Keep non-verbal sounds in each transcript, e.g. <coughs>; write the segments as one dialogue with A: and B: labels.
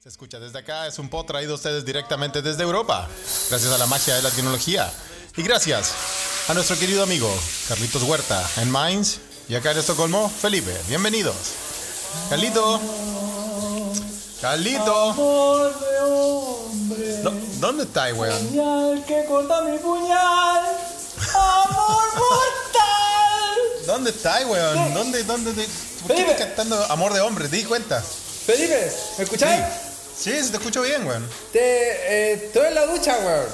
A: Se escucha desde acá, es un pod traído a ustedes directamente desde Europa, gracias a la magia de la tecnología. Y gracias a nuestro querido amigo Carlitos Huerta en Mainz y acá en Estocolmo, Felipe. Bienvenidos. Carlito. Carlito.
B: Amor de hombre,
A: No, ¿Dónde está, weón?
B: puñal que corta mi puñal, amor mortal.
A: ¿Dónde está, weón? ¿Dónde, dónde? dónde? ¿Por qué
B: Felipe.
A: estás cantando Amor de Hombre? ¿Te di cuenta?
B: Felipe, ¿me escucháis?
A: Sí, se te escucho bien, weón.
B: Te, eh, estoy en la ducha, weón.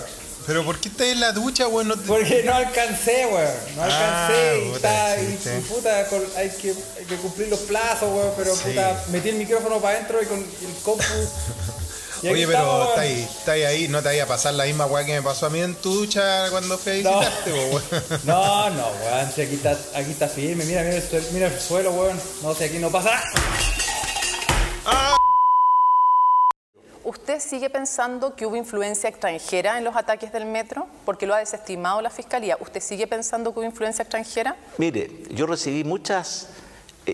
A: Pero ¿por qué estás en la ducha, weón? No te-
B: Porque no alcancé, weón. No
A: Ah,
B: alcancé y
A: puta,
B: está- y
A: sí, sí.
B: y puta, col- hay que, hay que cumplir los plazos, weón. Pero
A: Sí.
B: puta, metí el micrófono para adentro y con el
A: <laughs>
B: compu. Y aquí
A: Oye, pero
B: estamos,
A: está
B: weón.
A: ahí, está ahí, ahí, no te vaya a pasar la misma weá que me pasó a mí en tu ducha cuando fui a
B: No.
A: visitarte, po, weón.
B: No, no, weón, si aquí está, aquí está firme, mira, mira el suelo, mira el suelo, weón. No, si aquí no pasa. nada.
A: <laughs>
C: ¿Usted sigue pensando que hubo influencia extranjera en los ataques del metro? Porque lo ha desestimado la Fiscalía. ¿Usted sigue pensando que hubo influencia extranjera?
D: Mire, yo recibí muchos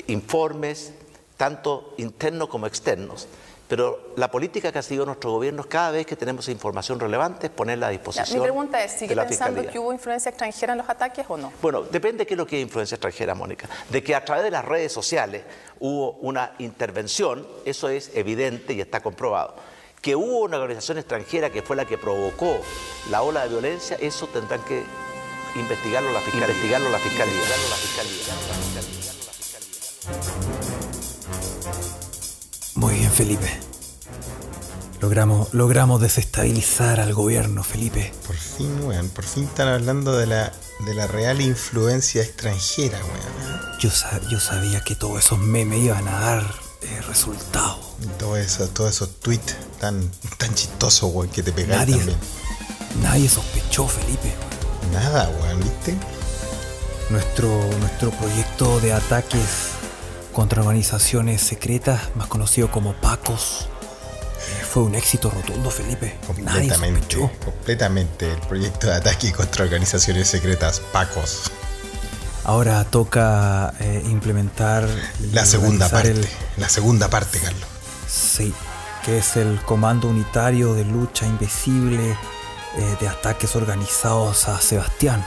D: informes, tanto internos como externos, pero la política que ha seguido nuestro gobierno es cada vez que tenemos información relevante es ponerla a
C: Ya,
D: disposición.
C: mi pregunta es,
D: de
C: ¿sigue
D: la
C: pensando
D: Fiscalía.
C: que hubo influencia extranjera en los ataques o no?
D: Bueno, depende de qué es lo que es influencia extranjera, Mónica. De que a través de las redes sociales hubo una intervención, eso es evidente y está comprobado. Que hubo una organización extranjera que fue la que provocó la ola de violencia, eso tendrán que investigarlo la fiscalía. Investigarlo la fiscalía. Investigarlo la fiscalía.
E: Muy bien, Felipe. Logramos, logramos desestabilizar al gobierno, Felipe.
A: Por fin, weón, por fin están hablando de la, de la real influencia extranjera, weón.
E: Yo, sa- yo sabía que todos esos memes iban a dar eh, resultado.
A: Y todo eso, todos esos tweets tan, tan chistosos, weón, que te pegaron
E: Nadie,
A: también.
E: nadie sospechó, Felipe.
A: Nada, weón, ¿viste?
E: Nuestro, nuestro proyecto de ataques contra organizaciones secretas, más conocido como Pacos, eh, fue un éxito rotundo, Felipe. Nadie
A: Completamente,
E: sospechó.
A: completamente el proyecto de ataque contra organizaciones secretas, Pacos.
E: Ahora toca eh, implementar y
A: La segunda parte,
E: organizar el-
A: la segunda parte, Carlos.
E: Sí, que es el Comando Unitario de Lucha Invisible eh, de Ataques Organizados a Sebastián,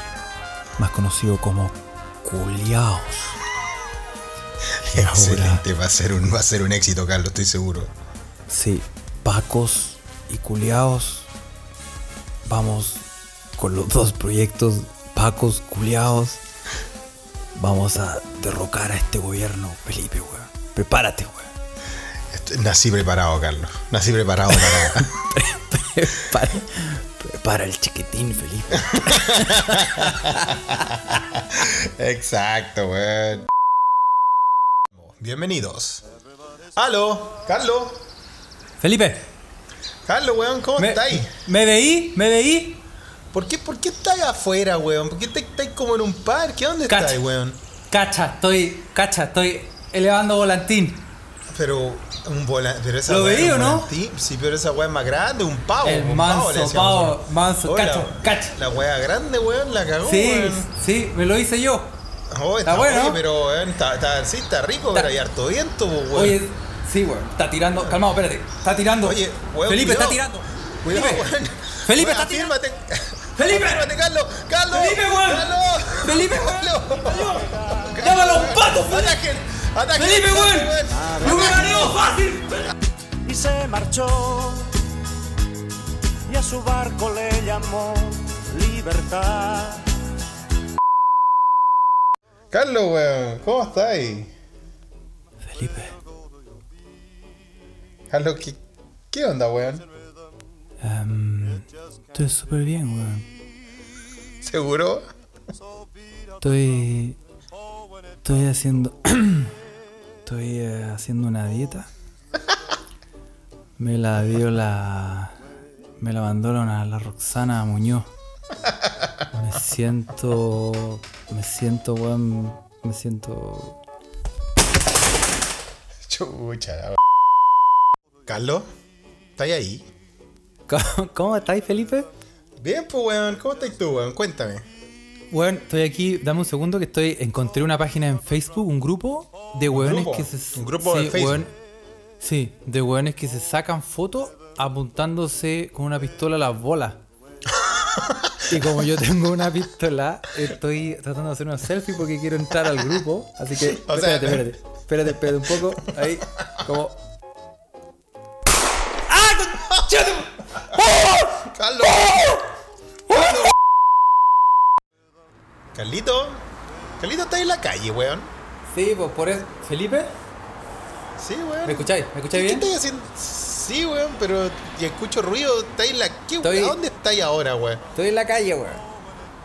E: más conocido como
A: <laughs>
E: Culiaos. Y ahora,
A: Excelente, va a ser un, va a ser un éxito, Carlos, estoy seguro.
E: sí, Pacos y Culiaos, vamos con los dos proyectos, Pacos, Culiaos, vamos a derrocar a este gobierno, Felipe, weón. Prepárate, weón.
A: Estoy- Nací preparado, Carlos. Nací preparado
E: <laughs>
A: para.
E: Prepara, prepara el chiquitín, Felipe.
A: <laughs> Exacto, weón. Bienvenidos. ¡Aló! ¡Carlos!
E: Felipe.
A: ¡Carlos, weón! ¿Cómo
E: ¿Me,
A: estáis?
E: ¿Me veí? ¿Me veí?
A: ¿Por qué, ¿Por qué estáis afuera, weón? ¿Por qué estáis estáis como en un parque? ¿A ¿Dónde
E: Cacha.
A: estáis, weón?
E: Cacha, estoy. Cacha, estoy elevando volantín.
A: Pero un vola, pero esa
E: ¿Lo
A: weá
E: veí
A: era
E: o
A: un
E: no?
A: volantín. Sí, pero esa weá es más grande, un pavo.
E: El
A: un
E: manso
A: le decíamos,
E: pavo,
A: weón.
E: manso,
A: Oh, la-
E: cacha, cacha.
A: La weá grande, weón, la cagó,
E: sí,
A: weón.
E: sí, me lo hice yo.
A: Oh,
E: Está
A: está
E: bueno.
A: oye, pero weón, está, está- sí, está rico,
E: Está-
A: pero hay harto viento, Oh, weón.
E: Oye, sí, weón. Está tirando. Calmado, espérate. Está tirando.
A: Oye, weón,
E: Felipe
A: cuidado.
E: está tirando.
A: Cuidado,
E: Felipe.
A: weón.
E: Felipe,
A: Weón,
E: está tirando.
A: afírmate.
E: Felipe.
A: Afírmate, Carlos. Carlos.
E: Felipe, weón.
A: Carlos.
E: Felipe, weón.
A: Carlos.
E: Llama a los
A: Carlos,
E: patos,
A: weón. Ataquen. Ataquen.
E: Felipe, weón. ¡Yo me
A: Ataquen.
E: mareo fácil!
F: y se marchó. Y a su barco le llamó
G: <laughs>
F: libertad.
A: Carlos, weón. ¿Cómo estáis?
E: Felipe,
A: Carlos, ¿qué, qué onda, weón?
E: em, estoy súper bien, weón.
A: ¿Seguro?
E: Estoy. Estoy haciendo. <clears throat> estoy eh, haciendo una dieta. Me la dio la. Me la mandó la, la
A: <laughs>
E: Roxana Muñoz. Me siento. Me siento, weón. Me siento.
A: Chucha, la we- Carlos, ¿estáis ahí?
E: ¿Cómo, cómo estáis, Felipe?
A: Bien, pues, weón. ¿Cómo estáis tú, weón? Cuéntame.
E: Weón, estoy aquí. Dame un segundo que estoy. Encontré una página en Facebook, un grupo de weones
A: grupo,
E: que se.
A: un grupo de Facebook.
E: weón,
H: Sí, de hueones que se sacan fotos apuntándose con una pistola a las
A: <laughs>
H: bolas. Y como yo tengo una pistola, estoy tratando de hacer una selfie porque quiero entrar al grupo. Así que,
A: O
H: espérate,
A: sea-
H: espérate, espérate, espérate un poco. Ahí, como.
G: ¡Oh!
A: ¡Carlos! ¡Carlos! Carlito, Carlito está ahí en la calle, weón.
H: Sí, pues por eso. ¿Felipe?
A: Sí, weón.
H: ¿Me escucháis? ¿Me
A: ¿Qué,
H: escucháis
A: qué
H: bien?
A: estáis haciendo? Sí, weón, pero ya escucho ruido. Está ahí en la... ¿Qué,
H: Estoy-
A: ¿A dónde estáis ahora, weón?
H: Estoy en la calle, weón.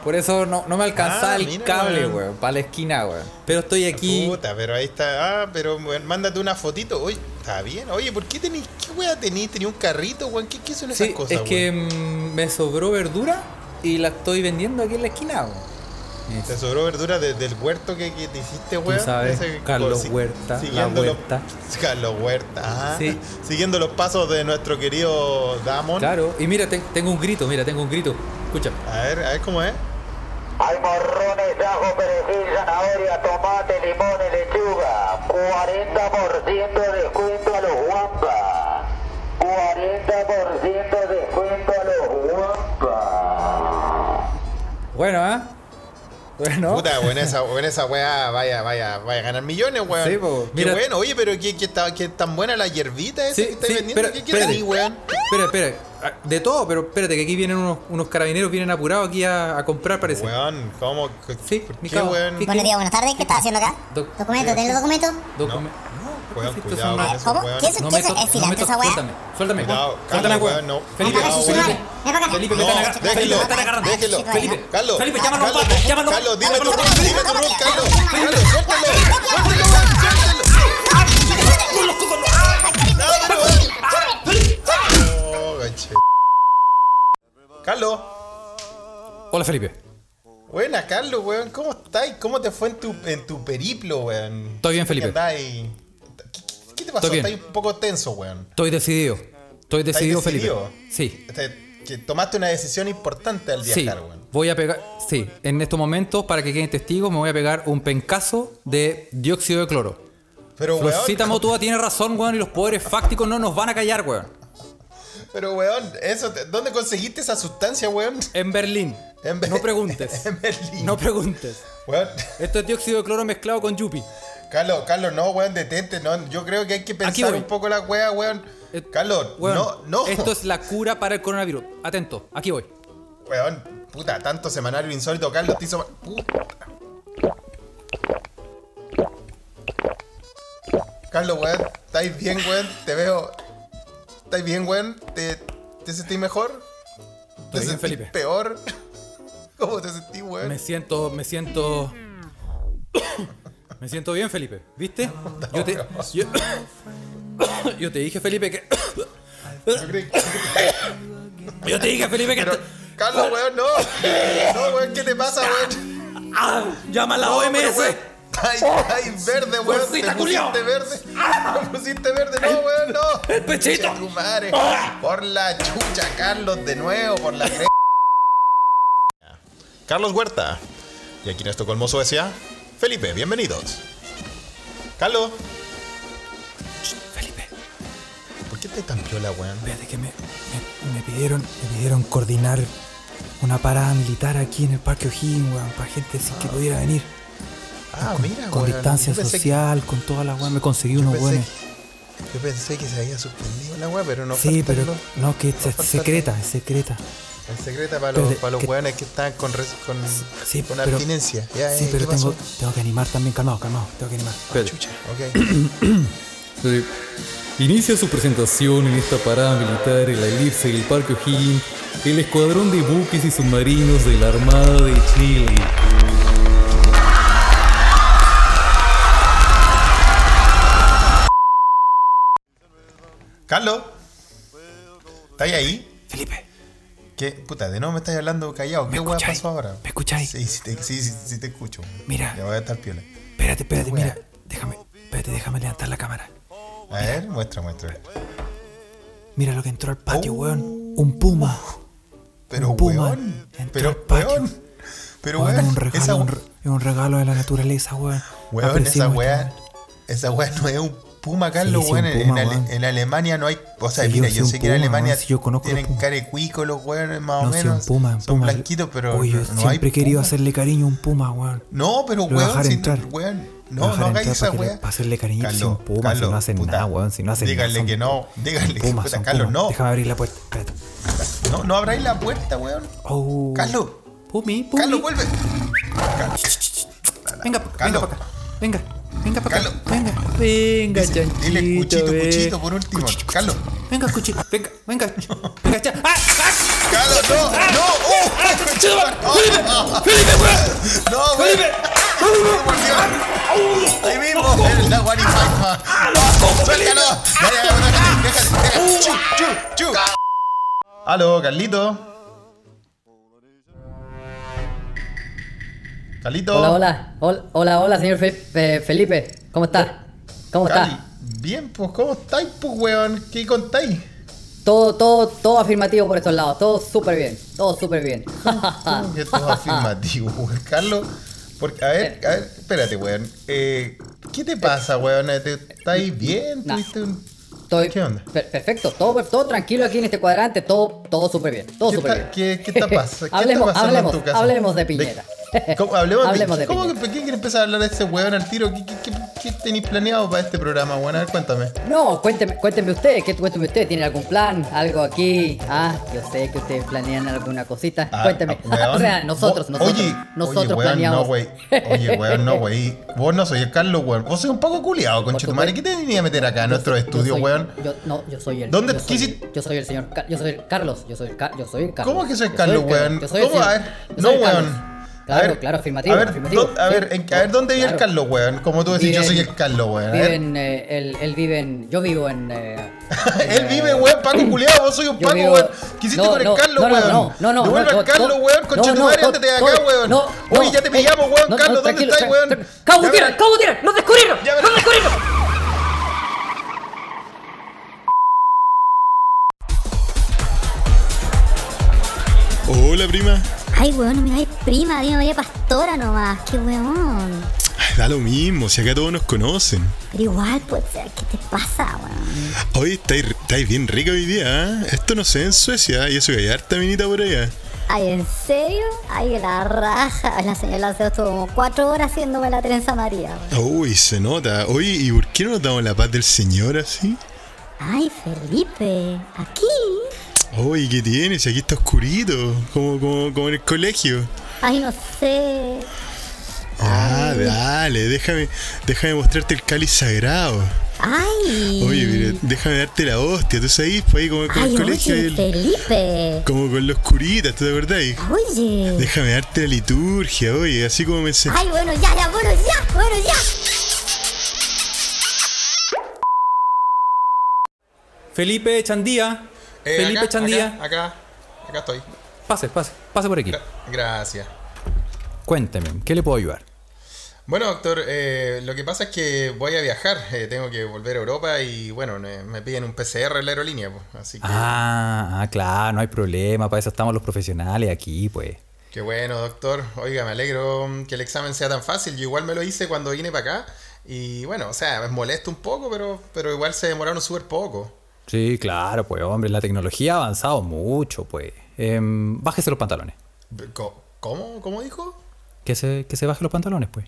H: Por eso no, no me alcanzaba
A: Ah,
H: el
A: mira,
H: cable,
A: weón.
H: weón, para la esquina, weón. Pero estoy aquí.
A: Puta, pero ahí está. Ah, pero weón, mándate una fotito. Oye, está bien. Oye, ¿por qué tenéis? ¿Qué weá tenéis? ¿Tenía un carrito, weón? ¿Qué, qué son esas
H: Sí,
A: cosas,
H: es
A: weón?
H: que mm, me sobró verdura y la estoy vendiendo aquí en la esquina, weón.
A: Te sobró verdura de- del huerto que, que te hiciste, weón.
H: sabes,
A: Ese-
H: Carlos
A: si-
H: Huerta, la
A: siguiendo los-
H: huerta.
A: Carlos Huerta, ah,
H: Sí.
A: Siguiendo los pasos de nuestro querido Damon.
H: Claro, y mira, te- tengo un grito, mira, tengo un grito. Escucha.
A: A ver, a ver cómo es.
B: Hay morrones, ajo, perejil, zanahoria, tomate, limón y lechuga. 40% descuento a los guampas. 40% descuento a los guampas.
H: Bueno, ¿ah? Bueno.
A: Puta, weón, esa, weón, esa weá vaya, vaya, vaya a ganar millones, weón.
H: Sí, po.
A: Qué
H: Mira-
A: bueno, oye, pero qué, qué, está- qué tan buena la hierbita esa
H: Sí,
A: que estás
H: sí,
A: vendiendo.
H: pero-
A: ¿Qué, qué
H: espérate.
A: tenés, weón?
H: Espera, espera. Ah, De todo, pero espérate, que aquí vienen unos, unos carabineros, vienen apurados aquí a, a comprar, parece.
A: Weón, ¿cómo? ¿Qué-
H: Sí,
A: ¿Por
H: mi
A: qué,
H: cabo.
A: weón?
H: Sí.
I: Buenos días, buenas tardes. ¿Qué estás haciendo acá?
H: Doc-
I: ¿Documento? ¿Tenés el documento?
H: Docume-
A: Weón,
H: estos
A: cuidado
H: son
A: con
H: más-
A: eso,
I: ¿Cómo?
A: weón.
I: ¿Qué es,
H: No
I: qué
H: me
I: es,
H: toques, no
I: es
H: me
I: filante
H: toques.
I: esa weá?
H: Suéltame, suéltame.
A: Cuidado,
H: Juan.
A: Carlos,
H: Suéltame, Juan.
A: weón, no.
H: Felipe,
A: Apaga su
H: Felipe,
I: celular. Ven para acá.
H: Felipe,
A: No,
H: vete a la-
A: déjelo,
H: Felipe, vete a la garra.
A: déjelo.
H: Felipe,
A: Carlos,
H: Felipe, llámalo a un
A: Carlos,
H: pato, llámalo a un
A: Carlos,
H: pato.
A: dime tu rol,
I: Carlos,
A: dime tu rol, Carlos.
I: Carlos,
G: ¡Oh!
A: Carlos, suéltalo, suéltalo, suéltalo. No, gache. Carlos,
H: Hola, Felipe.
A: buena Carlos, weón, ¿cómo estás? ¿Cómo te fue en tu, en tu periplo, weón?
H: Estoy bien, Felipe.
A: ¿Qué andás ahí? ¿Qué, qué te pasó?
H: Estoy bien.
A: Estás un poco tenso, weón.
H: Estoy decidido. Estoy decidido, Felipe.
A: decidido?
H: Sí.
A: Este, que tomaste una decisión importante al
H: Sí,
A: viajar, weón.
H: voy a pegar. Sí, en estos momentos, para que queden testigos, me voy a pegar un pencazo de dióxido de cloro.
A: Pero,
H: Florcita
A: weón,
H: Motúa tiene razón, weón, y los poderes fácticos no nos van a callar, weón.
A: pero, weón, eso, te- ¿dónde conseguiste esa sustancia, weón?
H: En Berlín.
A: En Ber-
H: No preguntes.
A: <laughs> En Berlín.
H: No preguntes.
A: Weón,
H: Esto es dióxido de cloro mezclado con yupi.
A: Carlos, Carlos, no, weón, detente. No, yo creo que hay que
H: Aquí
A: pensar
H: voy.
A: un poco la wea, weón.
H: Eh,
A: Carlos,
H: weón,
A: no, no.
H: Esto es la cura para el coronavirus. Atento, aquí voy.
A: Weón, puta, tanto semanario insólito, Carlos te hizo. mal- Puta. Carlos, weón, ¿estáis bien, weón? Te veo. ¿Estáis bien, weón? ¿Te, te sentís mejor? ¿Te
H: Estoy bien,
A: sentís
H: Felipe.
A: peor? <laughs> ¿Cómo te sentís, weón?
H: Me siento, me siento. Me siento bien, Felipe.
A: <laughs>
H: ¿Viste? Yo te, yo, <coughs> yo te dije, Felipe, que.
A: <coughs> Yo creí-
H: <coughs> Yo te dije, Felipe, que.
A: Pero, Carlos, weón, no. No, weón, ¿qué te pasa, weón?
H: ¡Ah! ¡Llama a la
A: No, pero,
H: OMS!
A: weón, Ay, ay, verde, weón.
H: Bolsita,
A: te
H: culiao. Ah.
A: pusiste verde. Te pusiste verde, no, weón, no.
H: el pechito. Ah.
A: Concha tu madre. Por la chucha, Carlos, de nuevo, por la cre- Carlos Huerta. Y aquí en Estocolmo, Suecia, Felipe, bienvenidos. Carlos,
H: Felipe,
A: ¿por qué te tan piola, weón?
H: espérate que me, me- me pidieron, me pidieron coordinar una parada militar aquí en el Parque O'Higgins, weón, para gente sin que pudiera venir.
A: Ah, mira,
H: Con
A: weón.
H: distancia
A: Yo pensé que-
H: social, con toda la weón, me conseguí unos
A: pensé
H: weones.
A: que- Yo pensé que se había suspendido la weá, pero no
H: Sí,
A: faltan
H: pero
A: los-
H: no, que es
A: falta-
H: secreta, es secreta.
A: En secreta para los,
H: Espérate,
A: para los
H: que-
A: weones que están con, res- con,
H: Sí,
A: con
H: pero-
A: abstinencia. Ya,
H: Sí,
A: eh,
H: pero
A: ¿qué pasó?
H: tengo, tengo que animar también, calmado, calmado, tengo que animar. <clears throat>
A: Chucha, ok.
H: Eh, Inicia su presentación en esta parada militar en la elipse del Parque O'Higgins el escuadrón de buques y submarinos de la Armada de Chile.
A: Carlos, ¿estás ahí?
H: Felipe,
A: ¿Qué? Puta, de nuevo me estás hablando callado. ¿Qué
H: ¿Me
A: weá
H: escucháis?
A: pasó ahora?
H: ¿Me escucháis?
A: Sí, sí, te, sí, sí, sí te escucho.
H: Mira.
A: Ya voy a estar piola.
H: espérate, espérate,
A: Wea.
H: mira, déjame, espérate, déjame levantar la cámara.
A: A ver, muestra, muestra.
H: Mira lo que entró al
A: Oh.
H: patio, weón. Un puma.
A: Pero
H: Un puma
A: weón.
H: entró al
A: Pero
H: patio.
A: weón. Pero
H: Weón,
A: weón.
H: es un regalo,
A: esa,
H: un re- es un regalo de la naturaleza, weón.
A: weón, esa
H: Apreciemos
A: weá.
H: esta-
A: Esa weá no es un Puma, Carlos,
E: sí,
A: weón.
E: un
A: En,
E: Puma,
A: en Ale-
E: weón.
A: en Alemania no hay. O sea,
E: Sí,
A: mira,
E: yo
A: yo
E: sí,
A: sé
E: un
A: que en
E: Puma,
A: Alemania
E: weón, sí, yo conozco
A: tienen
E: los Puma.
A: carecuico los weones, más o
E: No, sí,
A: menos.
E: un puma, un
A: Son
E: puma.
A: blanquitos, pero.
E: Uy, yo
A: no
E: siempre
A: hay
E: he querido
A: Puma.
E: hacerle cariño a un puma, weón.
A: No, pero
E: Lo voy a
A: weón,
E: dejar
A: sin-
E: entrar.
A: weón, No,
E: Lo voy a
A: no
E: dejar
A: hagáis
E: entrar
A: esa
E: para que le-
A: weá.
E: para hacerle cariño,
A: Carlos,
E: si un puma, si no hacen nada, weón, si no hacen nada,
A: díganle
E: son
A: que no, díganle que
E: Puma,
A: puta,
E: son
A: Carlos,
E: Puma.
A: no.
E: Déjame abrir la puerta. Espérate.
A: No, no abráis la puerta, weón.
E: Oh.
A: Carlos,
E: Pumi, Pumi.
A: Carlos, vuelve.
E: Venga,
A: Carlos.
E: venga para acá. Venga, venga para acá.
A: Carlos.
E: Venga, venga,
A: Dice,
E: chanchito.
A: Dile cuchito,
E: ve.
A: cuchito por último. Carlos,
E: Venga, cuchito. Venga, venga. Venga, cha. ¡Ah! ¡Ah!
A: Carlos, no, no. Oh, oh,
E: ¡Felipe! ¡Felipe, weón!
A: no, weón.
E: ¡Felipe!
A: Por Dios. Ahí mismo, el la Guarify. Suéltalo. Ya, ya, ya, déjale, déjale, déjale.
J: Uh.
A: Chu, chu, chu. Aló, Carlito. <laughs> Carlito.
J: Hola, hola, hola, hola, hola, señor Fe- Fe- Felipe. ¿Cómo está? ¿Cómo
A: Eh, Cali,
J: está?
A: Bien, pues, ¿cómo estáis, pues, weón? ¿Qué contáis?
J: Todo, todo, todo afirmativo por estos lados. Todo súper bien. Todo súper bien.
A: ¿Cómo que todo afirmativo, weón? Carlos, porque, a ver, a ver, espérate, weón. Eh, ¿Qué te pasa, weón? ¿Te- ¿Estáis bien?
J: Nah.
A: ¿Tuviste un...?
J: Estoy
A: ¿Qué onda?
J: per- perfecto. Todo, todo tranquilo aquí en este cuadrante. Todo, todo súper bien. Todo
A: ¿Qué
J: súper
A: está,
J: bien.
A: qué, qué está pas- qué está
J: <laughs> Hablemos-
A: pasando
J: hablemos-
A: en tu casa?
J: hablemos de Piñera.
A: ¿Cómo, hablemos,
J: <laughs> Hablemos
A: de,
J: de
A: ¿cómo,
J: Piñera.
A: ¿Por qué quieres empezar a hablar de este weón al tiro? ¿Qué, qué, qué, qué tenéis planeado para este programa, weón? A ver, cuéntame.
J: No, cuénteme, cuénteme usted, ¿qué cuénteme usted? ¿Tiene algún plan? ¿Algo aquí? Ah, yo sé que ustedes planean alguna cosita.
A: Ah,
J: cuénteme.
A: ah, weón.
J: <laughs> o sea, nosotros,
A: Vos-
J: nosotros,
A: oye,
J: nosotros
A: oye, weón,
J: planeamos.
A: No, güey.
J: <laughs>
A: Oye, weón, no, güey. Vos no soy el Carlos, weón. Vos sois un poco culiado, conche tu madre. ¿Qué te venía a meter acá a nuestro
J: Yo
A: estudio,
J: soy-
A: weón?
J: Yo, no, yo soy el.
A: ¿Dónde
J: yo soy,
A: quisi-
J: el- Yo soy el señor. Car- Yo soy el Carlos. Yo soy el, Car- yo soy el Carlos.
A: ¿Cómo que soy
J: Yo
A: Carlos,
J: el
A: weón?
J: Yo soy el
A: ¿Cómo? A
J: señor-
A: ver,
J: yo soy
A: no,
J: el Carlos.
A: weón.
J: Claro,
A: a ver,
J: claro, afirmativo.
A: A ver,
J: afirmativo.
A: ¿dó- a ver,
J: Sí,
A: en- a ver, ¿dónde vive el
J: claro.
A: Carlos, weón? Como tú decís,
J: Vive
A: yo soy
J: en-
A: el Carlos, weón. A
J: Vive
A: ver.
J: en, eh, él, él vive en. Yo vivo en. eh,
A: <laughs> Él vive, weón, Paco culiado, vos soy un
J: Yo
A: Paco,
J: vivo-
A: weón. ¿Qué hiciste
J: No,
A: con el
J: no,
A: Carlos,
J: no, no,
A: weón?
J: no, no, no,
A: Devuelve
J: no,
A: al
J: no,
A: Carlos,
J: no,
A: weón,
J: no,
A: conche tu
J: no,
A: madre,
J: no,
A: ándate de
J: no,
A: acá, weón.
J: no,
A: Oye,
J: no,
A: ya te
J: eh,
A: pillamos, weón,
J: no, no,
A: Carlos, ¿dónde
J: tranquilo,
A: estás,
J: tra-
A: weón?
J: tra- ¡Cabo
A: Ya
J: tiran!
A: verás.
J: ¡Cabo tiran! ¡Los descubrieron!
A: Ya verás.
J: ¡Los descubrieron!
A: Hola, prima.
I: Ay, weón, no me digas prima, dime María Pastora nomás. Qué weón.
A: Da lo mismo, si acá todos nos conocen.
I: Pero igual, pues, ¿qué te pasa, weón?
A: Hoy estáis, estáis bien rica hoy día, ¿eh? Esto no sé en Suecia, y eso que hay harta minita por allá.
I: Ay, ¿en serio? Ay, la raja. La señora se estuvo como cuatro horas haciéndome la trenza María, weón.
A: Uy, se nota. Oye, ¿y por qué no nos damos la paz del Señor así?
I: Ay, Felipe, aquí.
A: Uy, ¿qué tienes? Aquí está oscurito, como, como, como en el colegio.
I: Ay, no sé.
A: Ah, dale, déjame, déjame mostrarte el cáliz sagrado.
I: Ay.
A: Oye, mira, déjame darte la hostia, tú sabes, pues ahí como, como
I: Ay,
A: el colegio,
I: oye,
A: el-
I: Felipe.
A: como con los curitas, ¿tú te acordáis?
I: Oye.
A: Déjame darte la liturgia, oye, así como me enseñó.
I: Ay, bueno, ya, ya, bueno, ya, bueno, ya.
E: Felipe Chandía. Felipe Chandía.
A: Eh, Acá, Eh. acá estoy.
E: Pase, pase, pase por aquí.
A: Gracias.
E: Cuénteme, ¿qué le puedo ayudar?
A: Bueno, doctor, eh, lo que pasa es que voy a viajar, eh, tengo que volver a Europa y bueno, me, me piden un PCR en la aerolínea, pues, así que...
E: Ah, ah, claro, no hay problema, para eso estamos los profesionales aquí, pues.
A: Qué bueno, doctor. Oiga, me alegro mm, que el examen sea tan fácil. Yo igual me lo hice cuando vine para acá. Y bueno, o sea, me molesta un poco, pero, pero igual se demoraron súper poco.
E: Sí, claro, pues hombre, la tecnología ha avanzado mucho, pues. Em, bájese los pantalones.
A: Co- ¿Cómo? ¿Cómo dijo?
E: Que se, que se baje los pantalones, pues.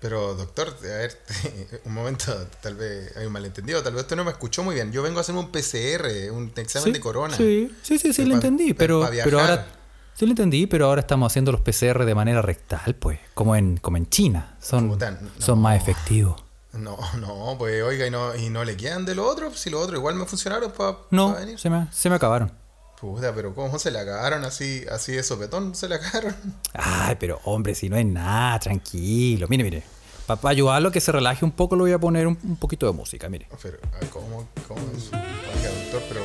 A: Pero, doctor, a ver, <laughs> un momento, tal vez hay un malentendido, tal vez usted no me escuchó muy bien. Yo vengo a hacerme un PCR, un examen
E: sí,
A: de corona.
E: Sí, sí, sí, sí,
A: Pero
E: lo
A: pa-
E: entendí, pero,
A: pa'
E: pero
A: viajar.
E: ahora... Sí, lo entendí, pero ahora estamos haciendo los PCR de manera rectal, pues. Como en, como en China. Son,
A: Como tan-
E: son más efectivos.
A: No, no, pues oiga, y no, y no le quedan de lo otro, si lo otro igual me funcionaron para
E: No,
A: venir.
E: se me, se me acabaron.
A: Puta, pero ¿cómo se la cagaron así, así de sopetón? Se la cagaron.
E: Ay, pero hombre, si no es nada, tranquilo. Mire, mire. Para ayudarlo a que se relaje un poco, le voy a poner un, un poquito de música, mire.
A: Pero, ah, ¿cómo? ¿Cómo? Oiga, doctor, pero...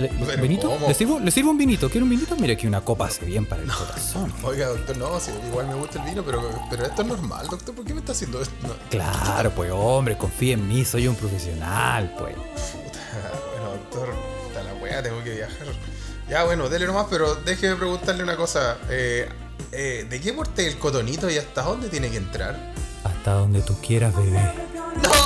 E: Le-
A: Pero
E: ¿Vinito?
A: ¿cómo?
E: ¿Le sirvo, ¿Le sirvo un vinito? ¿Quiere un vinito? Mire que una copa hace bien para el corazón.
A: Oiga, doctor, no, sí, igual me gusta el vino, pero, pero esto es normal, doctor. ¿Por qué me está haciendo esto? No,
E: Claro, pues hombre, confía en mí, soy un profesional, pues.
A: puta, bueno, doctor, hasta la wea, tengo que viajar. Ya, bueno, dele nomás, pero déjeme preguntarle una cosa. Eh, eh, ¿De qué porte el cotonito y hasta dónde tiene que entrar?
E: Hasta donde tú quieras, bebé.
A: ¡No!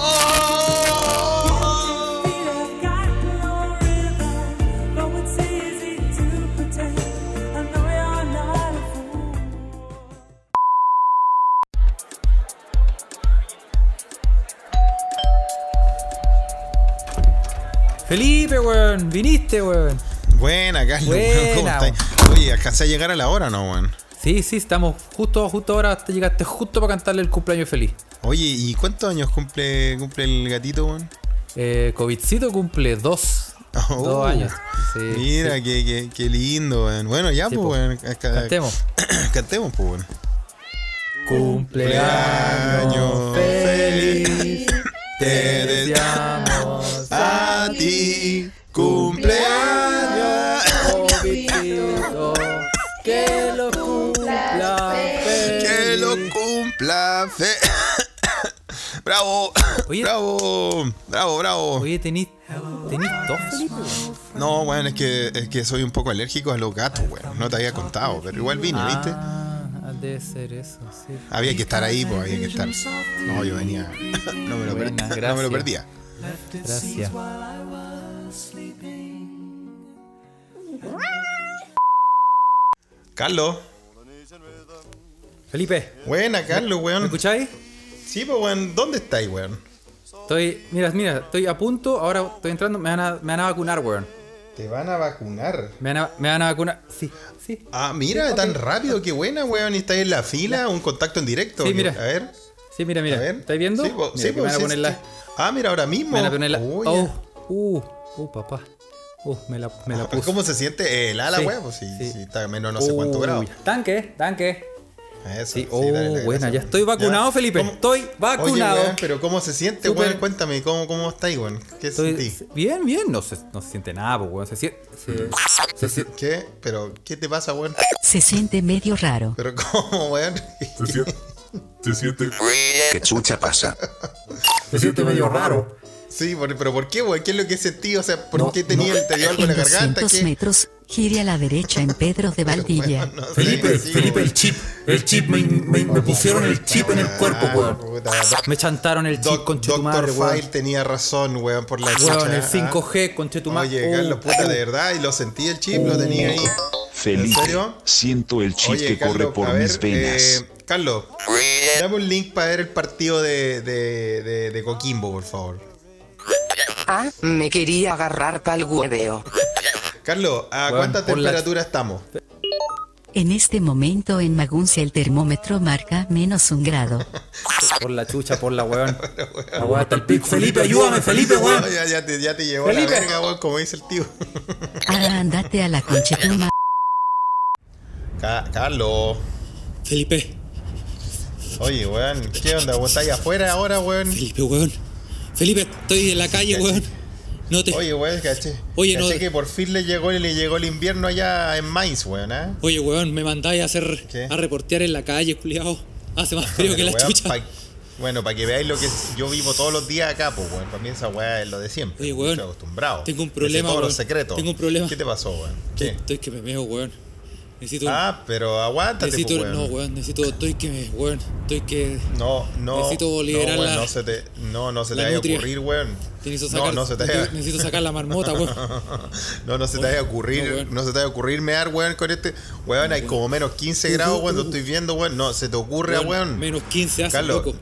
K: Felipe, weón, viniste, weón.
A: Buena, Carlos, weón, ¿cómo
K: Buena,
A: estáis? Oye, alcancé a llegar a la hora, ¿no, weón?
K: Sí, sí, estamos justo, justo ahora. Te llegaste justo para cantarle el cumpleaños feliz.
A: Oye, ¿y cuántos años cumple, cumple el gatito, weón?
K: Eh, Covidcito cumple dos.
A: Oh,
K: dos años. Sí,
A: Mira,
K: sí.
A: Qué, qué- qué lindo, weón. Bueno, ya,
K: Sí,
A: pues,
K: po.
A: weón. acá-
K: Cantemos.
A: <clears throat> Cantemos, pues, weón.
K: Cumpleaños
A: Cumpleaños
K: feliz.
A: Te
K: deseamos
A: A ti, cumpleaños.
K: Covidcito, que lo cumpla feliz.
A: Que lo cumpla fe. <coughs> bravo,
K: Oye.
A: bravo, bravo, bravo.
K: Oye, tenís tenís dos, Felipe. weón.
A: No, bueno, es que, es que soy un poco alérgico a los gatos, weón. No te había contado, pero igual vine, ¿viste?
K: Ah, debe ser eso, sí.
A: Había que estar ahí, pues había que estar. No, yo venía. <laughs> No me lo, per-
K: Buena,
A: no me lo
K: gracias.
A: perdía.
K: Gracias.
A: Carlos.
K: Felipe,
A: Buena, Carlos,
K: ¿me
A: weón.
K: escucháis?
A: Sí, pues, weón. ¿Dónde estáis, weón?
K: Estoy, mira, mira, estoy a punto, ahora estoy entrando, me van a, me van a vacunar, weón.
A: Te van a vacunar.
K: Me van a, me van a vacunar, sí, sí.
A: Ah, mira, tan rápido, qué buena, weón. Y estáis en la fila, un contacto en directo.
K: Sí, mira.
A: A ver,
K: Sí, mira,
A: a
K: mira,
A: ver.
K: ¿estáis viendo?
A: Sí, po-
K: Mira,
A: sí,
K: que
A: po,
K: me van a
A: sí,
K: poner la,
A: sí. Ah, mira, ahora mismo.
K: me van a poner la,
A: Oye.
K: oh, uh, uh, papá, uh, me la, me la
A: Ah, pues,
K: puse.
A: ¿Cómo se siente el ala,
K: Sí,
A: weón? Pues sí,
K: sí.
A: sí, está a menos no sé cuánto
K: Uy,
A: grado.
K: Tanque, tanque.
A: Eso,
K: Sí,
A: dale
K: oh,
A: la
K: buena,
A: gracia,
K: ya
A: weón.
K: estoy vacunado, Felipe,
A: ¿Cómo-
K: estoy
A: Oye,
K: vacunado.
A: weón, pero ¿cómo se siente,
K: Súper.
A: weón? Cuéntame, ¿cómo, cómo estáis, weón? ¿Qué
K: Estoy-
A: sentí? Mm.
K: bien, bien, no se, no se siente nada, po, weón, se siente, se- se siente-
A: ¿Qué? ¿Pero qué te pasa, weón?
L: Se siente medio raro.
A: ¿Pero cómo, weón?
B: ¿Qué chucha pasa?
K: se siente medio raro.
A: sí, por- pero ¿por qué, weón? ¿Qué es lo que sentí? O sea, ¿por
K: No,
A: qué tenía, te dio algo en
L: En
A: la garganta?
L: 200
A: ¿Qué?
L: metros, gire a la derecha en Pedro
A: <laughs>
L: de Valdivia.
A: No sé,
H: Felipe,
A: sí,
H: Felipe,
A: weón.
H: el chip. El chip, me, me- me pusieron el chip en el cuerpo,
A: Ah,
H: weón.
A: puta,
K: Me chantaron el chip
A: Doc-
K: con tu
A: Doctor
K: madre, weón.
A: File tenía razón, weón, por la chucha,
K: Weón, el
A: ah.
K: 5G, con tu Oh. madre.
A: Oye, Carlos, puta, de verdad, y lo sentí el chip, lo tenía ahí. ¿En serio?
H: siento el
A: Oye, Carlos, a ver, eh, Carlos, dame un link para ver el partido de, de, de, de Coquimbo, por favor.
L: Ah, me quería agarrar pa'l hueveo.
A: Carlos, ¿a
K: Weón,
A: cuánta
K: por la-
A: temperatura estamos?
L: En este momento en Maguncia el termómetro marca menos
A: <laughs>
L: un grado.
K: Por la chucha, por la weón. La weón está el pico.
H: Felipe, ayúdame, Felipe, weón.
A: No, <laughs> ya, ya te, ya te llevó a la
K: Felipe.
A: verga, weón, como dice el tío.
L: Ah, andate a la conchetuma.
A: Ca- Carlos.
H: Felipe,
A: Oye, weón, ¿qué onda? ¿Vos estáis afuera ahora, weón?
H: Felipe, weón. Felipe, estoy en la calle, weón. No te.
A: Oye, weón, caché.
H: Oye,
A: caché
H: no-
A: que por fin le llegó, le llegó el invierno allá en Mainz, weón, ¿eh?
H: Oye, weón, me mandáis a hacer.
A: ¿Qué?
H: a reportear en la calle, culiao. Hace más Ah, frío que la
A: Weón,
H: chucha.
A: pa- bueno, para que veáis lo que es- yo vivo todos los días acá, pues, weón. Para mí esa weá es lo de siempre.
H: Oye, weón,
A: Estoy acostumbrado.
H: tengo un
A: Me sé
H: problema,
A: todos los
H: weón.
A: secretos.
H: Tengo un problema.
A: ¿Qué te pasó, weón?
H: Estoy,
A: ¿Qué?
H: estoy que me meo, weón. Necesito.
A: Ah, pero aguántate, pues,
H: necesito.
A: weón.
H: No, weón, necesito. Estoy que me. weón. Estoy que.
A: No, no.
H: Necesito
A: no,
H: liberar
A: weón,
H: la-
A: no se te, no, no se te
H: la
A: vaya a
H: nutria.
A: ocurrir, weón.
H: Necesito
A: no,
H: sacar,
A: no se te vaya.
H: necesito, necesito sacar
A: <laughs>
H: la marmota, weón.
A: No, no se te vaya a ocurrir,
H: No,
A: no,
H: weón.
A: se te vaya a ocurrir mear, weón, con este. Weón, hay como menos 15 grados, weón, lo estoy viendo, weón. No, se te ocurre,
H: Weón,
A: weón.
H: Menos 15 hace,
A: Carlos,
H: loco.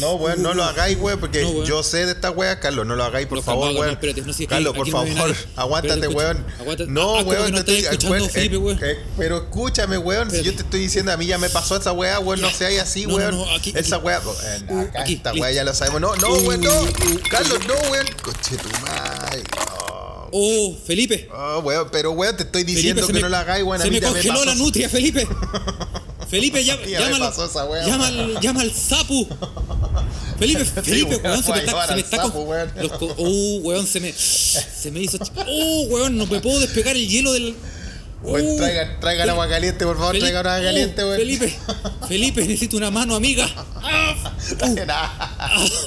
A: No, weón, no lo hagáis, weón, porque
H: No, weón.
A: yo sé de estas weas, Carlos, no lo hagáis, por
H: No,
A: favor,
H: calmado,
A: weón.
H: calmado, espérate, no, sí, aquí-
A: Carlos, por
H: aquí no hay
A: favor, <laughs>
H: nadie.
A: aguántate,
H: Espérate,
A: weón.
H: escucha, aguántate.
A: No,
H: Ah, ah, como
A: weón,
H: que no
A: te
H: estás
A: estoy
H: escuchando,
A: weón, eh,
H: Felipe, weón.
A: eh, pero escúchame, weón, si yo te estoy diciendo, a mí ya me pasó esa wea, weón, no seas así,
H: No, no,
A: weón.
H: no, aquí,
A: Esa
H: aquí.
A: wea, eh,
H: Uh,
A: acá
H: aquí, listo.
A: esta
H: Uh,
A: wea ya lo sabemos. No, no, weón,
M: Uh,
A: no. Carlos, no, weón. Coche tu madre. no.
H: Oh, Felipe.
A: Oh, weón, pero weón, te estoy
H: Felipe,
A: diciendo
H: se
A: que
H: me-
A: no la hagáis, weón. a
H: Se
A: mí
H: me
A: ya
H: congeló
A: pasó
H: la
A: esa-
H: nutria,
A: <laughs>
H: Felipe. Felipe, llama,
A: Ya me
H: llámalo-
A: pasó esa weá.
H: llama, al, llama al sapu.
A: <laughs>
H: Felipe, Felipe,
A: weón,
H: weón, se
A: voy
H: me
A: a
H: está,
A: llamar
H: se me
A: al
H: está con-
A: sapu, weón.
H: los co- Oh, weón, se me, se me hizo. ch- Oh, weón, no me puedo despegar el hielo del.
A: Weón,
H: Oh,
A: traigan, traigan agua caliente, por favor,
H: Felipe-
A: traigan agua
H: oh,
A: caliente, weón.
H: Felipe,
A: <laughs>
H: Felipe, necesito una mano, amiga. Ah,
K: <laughs>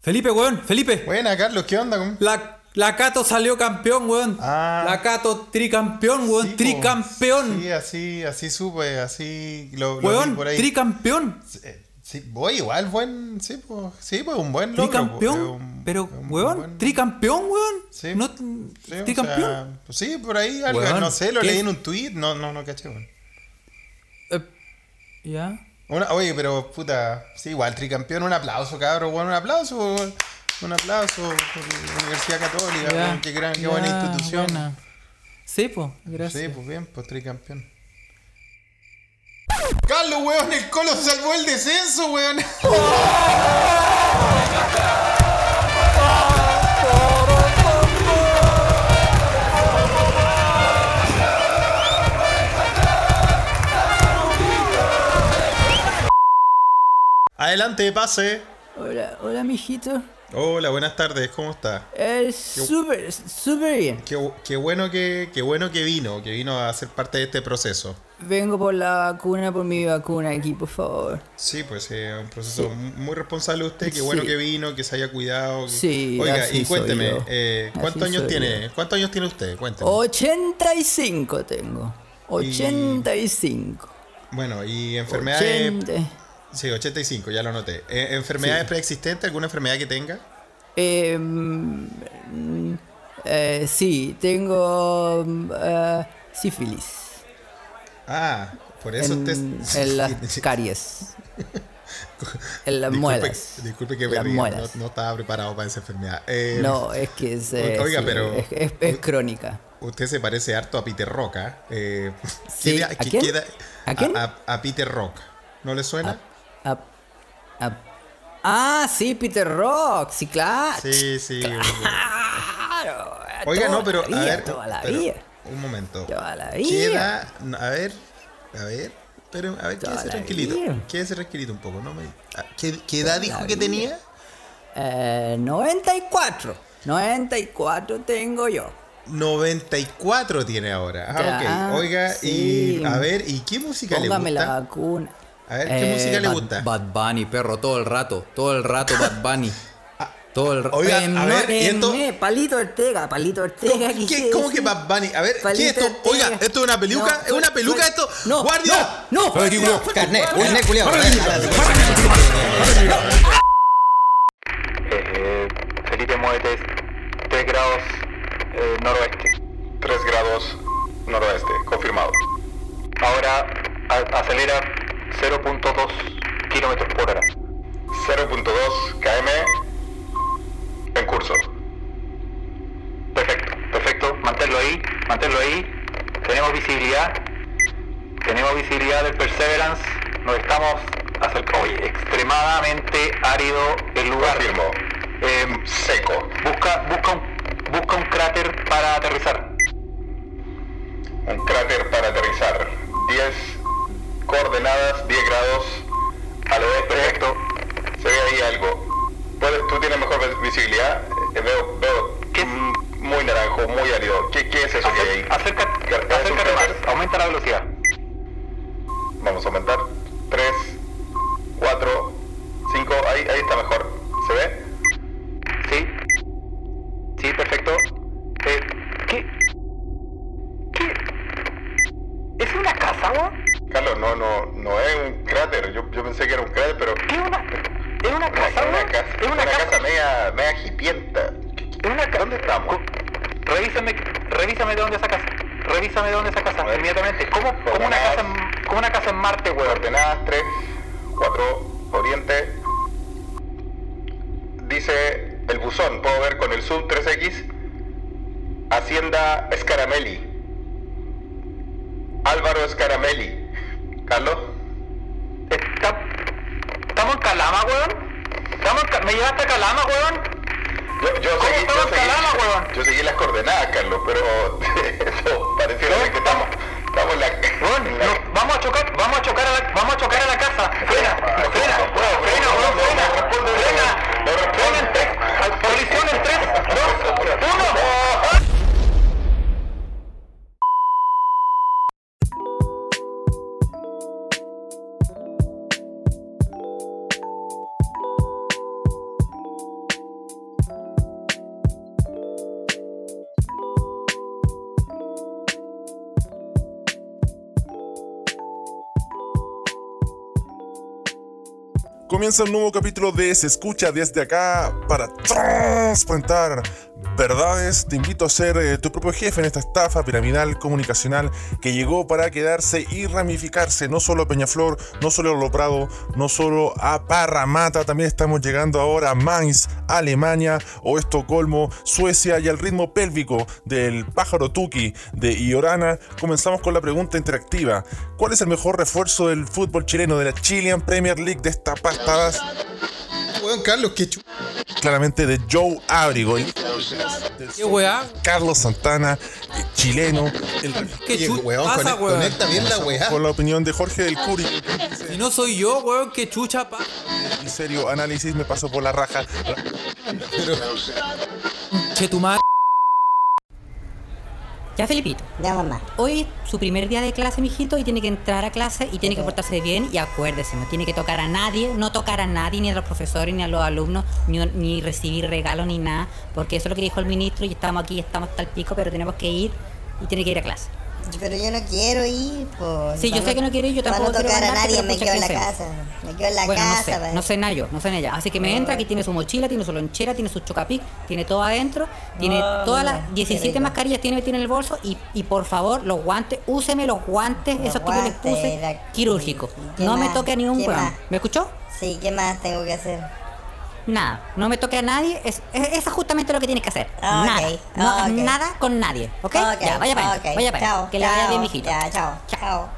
K: Felipe, weón, Felipe.
A: Buena, Carlos, ¿qué onda? weón?
K: La, la Cato salió campeón, weón.
A: Ah.
K: La Cato tricampeón, weón.
A: Sí, po.
K: tricampeón.
A: Sí, así, así supe, así lo, lo vi
K: weón,
A: por ahí.
K: tricampeón.
A: Eh, sí, voy igual, buen, sí, pues, sí, pues un buen logro.
K: Tricampeón.
A: po, eh, un-
K: pero,
A: un
K: weón,
A: buen-
K: tricampeón, weón.
A: Sí,
K: No-
A: sí, o
K: tricampeón.
A: sea, sí, por ahí algo,
K: Weón,
A: no sé, lo
K: ¿qué?
A: leí en un tweet, no, no, no caché, weón.
K: Eh, ya.
A: Una- oye, pero puta, sí, igual, tricampeón, un aplauso, cabrón, weón, un aplauso, weón. Un aplauso por la Universidad Católica,
N: Ya,
A: weón, qué, gran, qué
N: ya,
A: buena institución.
N: buena. Sí, pues, gracias.
A: Sí, pues bien, pues tricampeón. Carlos, weón, el Colo salvó el descenso, weón.
K: <laughs>
A: Adelante, pase.
O: Hola, hola, mijito.
A: Hola, buenas tardes, ¿cómo está?
O: Es súper, súper bien.
A: Qué, bu- qué bueno que, qué bueno que vino, que vino a ser parte de este proceso.
O: Vengo por la vacuna, por mi vacuna aquí, por favor.
A: Sí, pues es un proceso mu- muy responsable usted, qué bueno
O: Sí.
A: que vino, que se haya cuidado. que-
O: Sí,
A: Oiga,
O: así
A: y cuénteme,
O: soy yo.
A: eh, ¿cuántos
O: Así
A: años
O: soy
A: tiene?
O: yo. Oh,
A: ¿Cuántos años tiene usted? Cuénteme.
O: 85 tengo. 85.
A: Bueno, y enfermedades.
O: 80.
A: Sí, 85, ya lo noté. Eh, ¿Enfermedades
O: Sí.
A: preexistentes? ¿Alguna enfermedad que tenga?
O: Eh, mm, eh, sí, tengo mm, eh, sífilis.
A: Ah, por eso
O: en,
A: usted- <laughs>
O: en las caries. en las
A: Disculpe-
O: muelas.
A: Disculpe que me
O: Las
A: ría,
O: muelas.
A: No, no estaba preparado para esa enfermedad. Eh,
O: No, es que es, eh,
A: Oiga,
O: sí,
A: pero.
O: es- es- es crónica.
A: Usted se parece harto a Peter Roca. Eh, <laughs>
O: Sí,
A: queda-
O: ¿a
A: que
O: quién?
A: queda-
O: ¿A quién?
A: a- a Peter Roca. ¿No le suena?
O: A- a- ah, sí, Peter Rock, sí, claro.
A: Sí, sí.
O: Claro.
A: Oiga,
O: toda
A: no, pero
O: la vida,
A: a ver.
O: toda la
A: pero-
O: vida.
A: Un momento.
O: Toda la
A: Queda. A ver. A ver. Pero, a ver,
O: Toda
A: quédese
O: la
A: tranquilito.
O: vida.
A: Quédese tranquilito un poco, ¿no? me- ah, ¿Qué, qué edad dijo que tenía?
O: Eh, 94. 94 tengo yo.
A: 94 tiene ahora. Ah,
O: Ya,
A: ok. Oiga,
O: sí.
A: y a ver, ¿y qué música
O: Póngame
A: le
O: la
A: gusta?
O: vacuna.
A: A ver, ¿qué
O: Eh,
A: música le
O: Bad-
A: gusta?
N: Bad Bunny, perro, todo el rato. Todo el rato Bad Bunny. Todo el rato.
A: Ah, Oiga, a ver, ¿y esto?
O: Palito Ortega, Palito Ortega.
A: ¿Cómo, qué, cómo que Bad Bunny? A ver, ¿qué es esto? Oiga, ¿esto es una peluca?
O: No,
A: ¿Es una
O: no,
A: peluca
O: no,
A: esto?
O: no,
A: ¡Guardia!
O: no, no.
A: Oye, aquí, culiao, carné, carné, culiao.
G: Eh, Felipe Moetes, 3 grados eh, noroeste. 3 grados noroeste, confirmado. Ahora a- acelera 0.2 kilómetros por hora. 0.2 km en curso. Perfecto, perfecto. Manténlo ahí, manténlo ahí. Tenemos visibilidad. Tenemos visibilidad del Perseverance. Nos estamos acercando. Oye, extremadamente árido el lugar.
P: Em,
G: seco. Busca, busca, un, busca un cráter para aterrizar.
P: Un cráter para aterrizar. 10 coordenadas, 10 grados al oeste. Perfecto. Se ve ahí algo. Puedes- Tú tienes mejor vis- visibilidad. Eh, veo, veo mm, muy naranjo, muy árido. ¿Qué, qué es eso que hay ahí? Acércate, más. Aumenta la velocidad. Vamos a aumentar. 3, 4, 5. Ahí, ahí está mejor. ¿Se ve?
G: Sí. Sí, perfecto. Eh, ¿Qué? ¿Qué? ¿Es una casa, weón?
P: Carlos, no, no, no es un cráter. Yo, yo pensé que era un cráter, pero.
G: ¿Es una, es una casa, weón? Es una, casa, media, media hipienta. Es una casa. ¿Dónde estamos? Revísame, revísame de dónde es esa casa. Revísame de dónde es esa casa, inmediatamente. ¿Cómo, cómo una casa, en- como una casa en Marte, weón?
P: Coordenadas 3, 4, oriente. Dice el buzón, puedo ver con el sub 3X. Hacienda Escaramelli. Álvaro Escaramelli. Carlos.
G: ¿Estamos en Calama, weón? ¿Estamos en Ca- ¿Me llevaste a Calama, weón?
P: Yo, yo seguí, yo, seguí, yo seguí las coordenadas, Carlos, pero <laughs> eso pareciera ser que estamos, estamos en la, en la-
G: Vamos a chocar, vamos a chocar a la, vamos a chocar a la casa. Frena, frena, weón, frena, weón, frena, frena, frena en tres, al- colisión en tres, dos, uno.
Q: Comienza un nuevo capítulo de Se escucha desde acá para trasplantar verdades, te invito a ser eh, tu propio jefe en esta estafa piramidal comunicacional que llegó para quedarse y ramificarse no solo a Peñaflor, no solo a Loprado, no solo a Parramata, también estamos llegando ahora a Mainz, Alemania o Estocolmo, Suecia y al ritmo pélvico del pájaro Tuki de Iorana, comenzamos con la pregunta interactiva. ¿Cuál es el mejor refuerzo del fútbol chileno de la Chilean Premier League de esta pasta?
A: Weón, Carlos, qué chu...
Q: claramente de Joe Abrigo. el-
R: Ah,
K: ¿Qué weá?
Q: Carlos Santana, eh, chileno. El,
K: ¿Qué Oye, chu- weón, pasa, conec- weón? conecta bien la weá.
Q: Con la opinión de Jorge del Curi.
K: Si no soy yo, weón, que chucha, pa.
Q: En serio, análisis me pasó por la raja.
K: Che, tu madre.
S: Ya, Felipito. Ya, mamá. Hoy es su primer día de clase, mijito, y tiene que entrar a clase y tiene que portarse bien. Y acuérdese, no tiene que tocar a nadie, no tocar a nadie, ni a los profesores, ni a los alumnos, ni, ni recibir regalos, ni nada. Porque eso es lo que dijo el ministro y estamos aquí, estamos tal pico, pero tenemos que ir y tiene que ir a clase.
R: Pero yo no quiero ir, pues.
S: Sí, yo sé que no quiere ir, yo tampoco
R: Para no
S: quiero
R: tocar a
S: mandarte,
R: nadie,
S: pero
R: me
S: pucha,
R: quedo en
S: ¿qué
R: la casa.
S: hacemos?
R: Me quedo en la
S: bueno,
R: casa. pues.
S: no sé,
R: pa-
S: no sé en ello, no sé en ella. Así que me entra, aquí tiene su mochila, tiene su lonchera, tiene su chocapic, tiene todo adentro, tiene
R: Ah,
S: todas
R: mira,
S: las
R: qué
S: 17
R: rico.
S: mascarillas tiene, tiene en el bolso y, y por favor, los guantes, úseme los guantes, esos que yo les puse,
R: guantes, la-
S: quirúrgicos.
R: ¿Qué
S: No me
R: más?
S: toque a ni un
R: ¿Qué
S: weón.
R: más?
S: ¿Me escuchó?
R: Sí, ¿qué más tengo que hacer?
S: Nada, no me toque a nadie, es, es- eso es justamente lo que tienes que hacer.
R: Ah,
S: nada,
R: ok,
S: no
R: ah,
S: hagas
R: ok.
S: nada con nadie,
R: Ok,
S: ¿ok? ya, vaya para adentro,
R: ok,
S: vaya para
R: chao,
S: adentro. Que le vaya
R: chao,
S: bien, mijito.
R: Ya, chao, chao.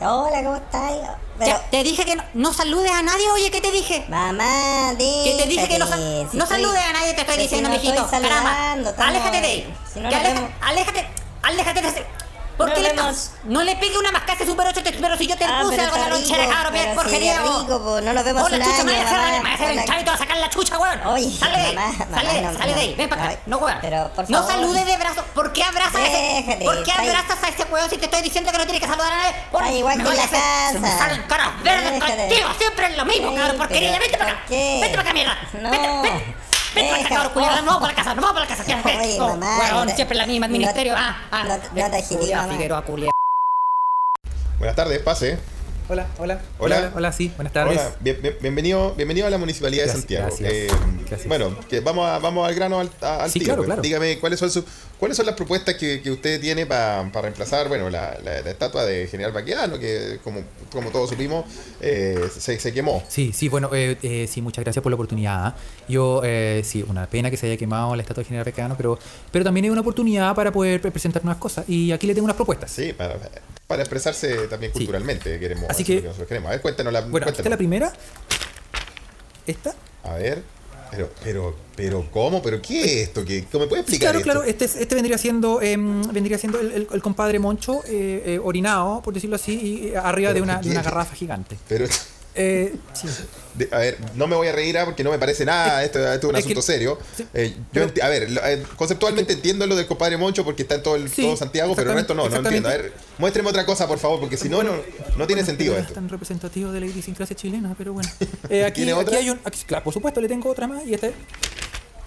R: Hola, ¿cómo estás?
S: Ya, te dije que no, no saludes a nadie, oye, ¿qué te dije?
R: Mamá,
S: Que te dije que no, sa-
R: déjate, si
S: no
R: estoy-
S: saludes a nadie, te estoy
R: si
S: diciendo,
R: no estoy
S: mijito. Caramba,
R: saludando, estamos-
S: aléjate de él.
R: si no
S: Que
R: nos
S: aleja-
R: vemos.
S: aléjate, aléjate de ese. ¿Por
R: Nos
S: qué le
R: vemos.
S: pasas? No le pegue una mascada de Super 8, te- pero si yo te
R: Ah,
S: puse
R: pero
S: algo en la
R: está
S: lonchera,
R: rico,
S: cabrón,
R: pero
S: por
R: si
S: porquería.
R: es
S: vos.
R: rico, po, no nos vemos
S: Hola,
R: hace un
S: chucha,
R: año,
S: madre, se
R: mamá.
S: va a- me va a hacer el
R: Hola.
S: chavito a sacar la chucha, weón.
R: Oye,
S: sale, de-
R: mamá, mamá,
S: sale, de-
R: no,
S: sale de ahí,
R: no,
S: ven para acá.
R: no,
S: No, weón.
R: pero, por
S: No
R: favor.
S: saludes de brazos. ¿Por qué abrazas a ese?
R: Déjate,
S: ¿Por qué
R: está ahí.
S: abrazas a ese weón si te estoy diciendo que no tienes que saludar a nadie? Por-
R: Está igual
S: me
R: que
S: voy
R: la
S: a hacer- se me
R: casa.
S: salen caras verdes
R: Déjate.
S: contigo, siempre es lo mismo,
R: Sí,
S: cabrón, porquería.
R: pero
S: Vente para acá.
R: ¿por qué?
S: Vente para acá, mierda.
R: No.
S: Vete, vete. Vete para acá,
R: Deja.
S: cabrón, culiado. No, vamos para la casa, no vamos para la casa. ¿qué haces?
R: Oye,
S: Oh,
R: mamá,
S: weón,
R: no te-
S: siempre la misma, el
R: no-
S: ministerio. Ah, ah.
R: no te- no te agilies,
S: Culiao,
R: mamá.
S: Figueroa, culiao.
A: Buenas tardes, pase.
B: Hola, hola.
A: Hola.
B: Hola, sí, buenas tardes.
A: Hola, bien- bien- bienvenido, bienvenido a la Municipalidad
B: Gracias,
A: de Santiago. Eh,
B: gracias,
A: Bueno, que vamos, a- vamos al grano al, a- al
B: Sí,
A: tiro,
B: claro,
A: pues.
B: claro.
A: Dígame cuáles son, sus- cuáles son las propuestas que, que usted tiene pa- para reemplazar bueno, la, la- la estatua de General Baquedano, que como, como todos supimos, eh, se, se quemó.
H: Sí, sí, bueno, eh, eh, sí, muchas gracias por la oportunidad. ¿ah? Yo, eh, sí, una pena que se haya quemado la estatua de General Recano, pero, pero también hay una oportunidad para poder pre- presentar nuevas cosas. Y aquí le tengo unas propuestas.
A: Sí, para, para expresarse también culturalmente, queremos.
H: Así
A: eso es
H: que-
A: lo nosotros queremos. A ver, cuéntanos la,
H: Bueno, aquí está la
A: cuéntanos.
H: primera.
A: A ver, pero, pero, pero, ¿cómo? ¿Pero qué es esto? ¿Qué, ¿Cómo me puede
H: Sí,
A: explicar
H: claro,
A: esto?
H: claro, este, es- este vendría siendo, em, vendría siendo el, el- el compadre Moncho eh, eh, orinado, por decirlo así, y, eh, arriba de
A: Pero,
H: una,
A: ¿qué
H: de una
A: quiere?
H: garrafa gigante.
A: Pero,
H: Eh, sí.
A: de- a ver, no me voy a reír ah, porque no me parece nada, esto, esto es un
H: es que-
A: asunto serio. Eh, yo enti- a ver, lo- eh, conceptualmente entiendo lo del compadre Moncho porque está en todo, el,
H: Sí,
A: todo Santiago, pero el resto no, no
H: exactamente,
A: entiendo. A ver, muéstreme otra cosa, por favor, porque si no, no, no tiene sentido
H: No
A: esto.
H: es tan representativo de la idiosincrasia chilena, pero
A: <laughs>
H: bueno. <laughs> Eh, aquí,
A: ¿Tiene
H: aquí
A: otra?
H: hay un. aquí- claro, por supuesto, le tengo otra más y este.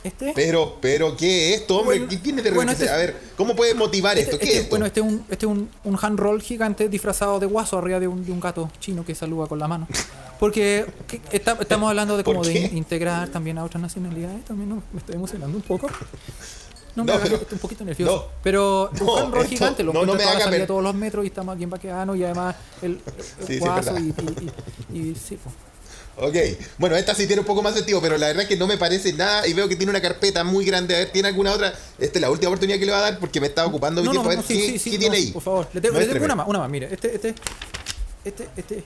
H: Este.
A: Pero, pero, ¿qué es esto, hombre? ¿Qué tiene de
H: bueno,
A: representa-
H: este-
A: A ver, ¿cómo puedes motivar esto? ¿Qué
H: Este-
A: es esto?
H: Bueno, este es un, este es un, un hand roll gigante disfrazado de guaso arriba de un, de un gato chino que saluda con la mano. Porque que- está- estamos hablando de
A: ¿Por
H: cómo de
A: qué?
H: in- integrar también a otras nacionalidades. También no, me estoy emocionando un poco. No, me
A: No,
H: hagas,
A: pero-
H: estoy un poquito nervioso.
A: no.
H: pero un
A: No,
H: hand roll
A: esto-
H: gigante lo
A: no,
H: encuentro
A: no me
H: en toda la
A: haga
H: salida de
A: per-
H: todos los metros y estamos aquí en Baqueano y además el, el
A: Sí, sí, es
H: guaso y,
A: verdad.
H: y- y- y sí, pues.
A: Ok, bueno, esta sí tiene un poco más sentido, pero la verdad es que no me parece nada y veo que tiene una carpeta muy grande. A ver, ¿tiene alguna otra? Esta es la última oportunidad que le va a dar porque me está ocupando mi
H: No, no,
A: tiempo. a ver,
H: no, sí, sí,
A: ¿qué,
H: sí,
A: qué
H: no,
A: tiene ahí?
H: Por favor, le tengo, le tengo
A: Muéstreme.
H: una más, una más, mire, este, este, este, este,